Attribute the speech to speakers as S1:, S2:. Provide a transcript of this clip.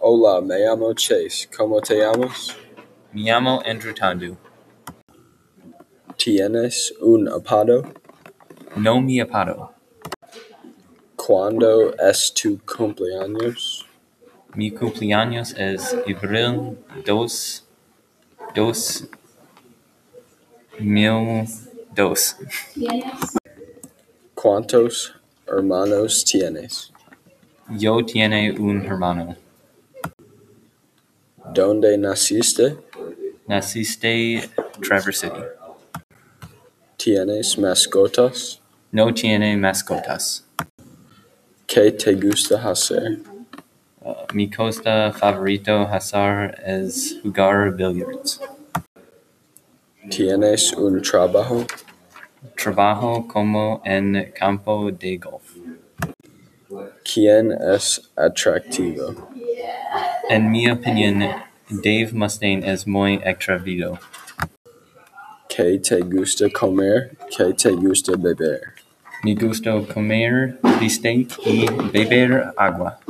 S1: Hola, me llamo Chase. ¿Cómo te llamas?
S2: Me llamo Andrew Tandu.
S1: ¿Tienes un apodo?
S2: No mi apodo.
S1: ¿Cuándo es tu cumpleaños?
S2: Mi cumpleaños es abril 2, 2, mil dos.
S1: ¿Cuántos hermanos tienes?
S2: Yo tiene un hermano.
S1: ¿Dónde naciste?
S2: Naciste Traverse City.
S1: ¿Tienes mascotas?
S2: No tiene mascotas.
S1: ¿Qué te gusta hacer?
S2: Uh, mi costa favorito hazar es jugar billiards.
S1: ¿Tienes un trabajo?
S2: Trabajo como en campo de golf.
S1: ¿Quién es atractivo?
S2: En mi opinion, Dave Mustaine es muy extravido.
S1: ¿Qué te gusta comer? ¿Qué te gusta beber?
S2: Me gusta comer bistec y beber agua.